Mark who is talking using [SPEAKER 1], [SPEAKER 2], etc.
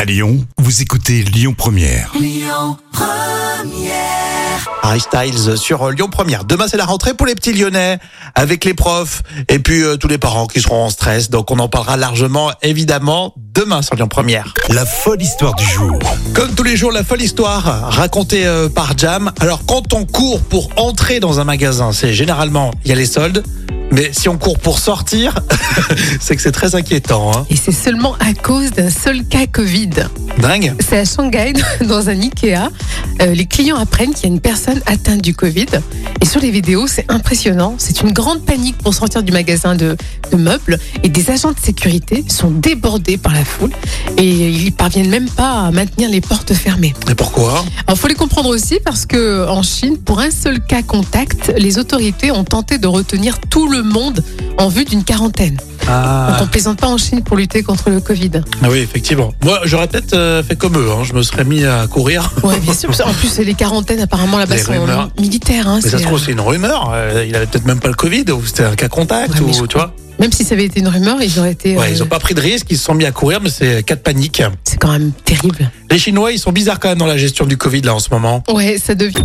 [SPEAKER 1] À Lyon, vous écoutez Lyon Première.
[SPEAKER 2] Harry Styles sur euh, Lyon Première. Demain c'est la rentrée pour les petits Lyonnais avec les profs et puis euh, tous les parents qui seront en stress. Donc on en parlera largement évidemment demain sur Lyon Première.
[SPEAKER 1] La folle histoire du jour.
[SPEAKER 2] Comme tous les jours la folle histoire racontée euh, par Jam. Alors quand on court pour entrer dans un magasin, c'est généralement il y a les soldes. Mais si on court pour sortir, c'est que c'est très inquiétant. Hein.
[SPEAKER 3] Et c'est seulement à cause d'un seul cas Covid.
[SPEAKER 2] Dingue.
[SPEAKER 3] C'est à Shanghai, dans un Ikea. Euh, les clients apprennent qu'il y a une personne atteinte du Covid. Et sur les vidéos, c'est impressionnant. C'est une grande panique pour sortir du magasin de, de meubles. Et des agents de sécurité sont débordés par la foule. Et ils parviennent même pas à maintenir les portes fermées.
[SPEAKER 2] Et pourquoi
[SPEAKER 3] Alors, faut les comprendre aussi parce que en Chine, pour un seul cas contact, les autorités ont tenté de retenir tout le monde en vue d'une quarantaine. Donc, on plaisante pas en Chine pour lutter contre le Covid.
[SPEAKER 2] Ah oui, effectivement. Moi, j'aurais peut-être euh, fait comme eux. hein. Je me serais mis à courir.
[SPEAKER 3] Ouais, bien sûr. En plus, les quarantaines, apparemment, là-bas,
[SPEAKER 2] Les
[SPEAKER 3] sont
[SPEAKER 2] rumeurs.
[SPEAKER 3] militaires. hein,
[SPEAKER 2] Mais ça
[SPEAKER 3] c'est,
[SPEAKER 2] se trouve, c'est une rumeur. Euh, il avait peut-être même pas le Covid, ou c'était un cas contact,
[SPEAKER 3] Ouais, mais
[SPEAKER 2] ou
[SPEAKER 3] je
[SPEAKER 2] tu vois.
[SPEAKER 3] euh, Même si ça avait été une rumeur, ils auraient été.
[SPEAKER 2] Ouais,
[SPEAKER 3] euh,
[SPEAKER 2] ils ont pas pris de risque, ils se sont mis à courir, mais c'est cas de panique.
[SPEAKER 3] C'est quand même terrible.
[SPEAKER 2] Les Chinois, ils sont bizarres quand même dans la gestion du Covid, là, en ce moment.
[SPEAKER 3] Ouais, ça devient.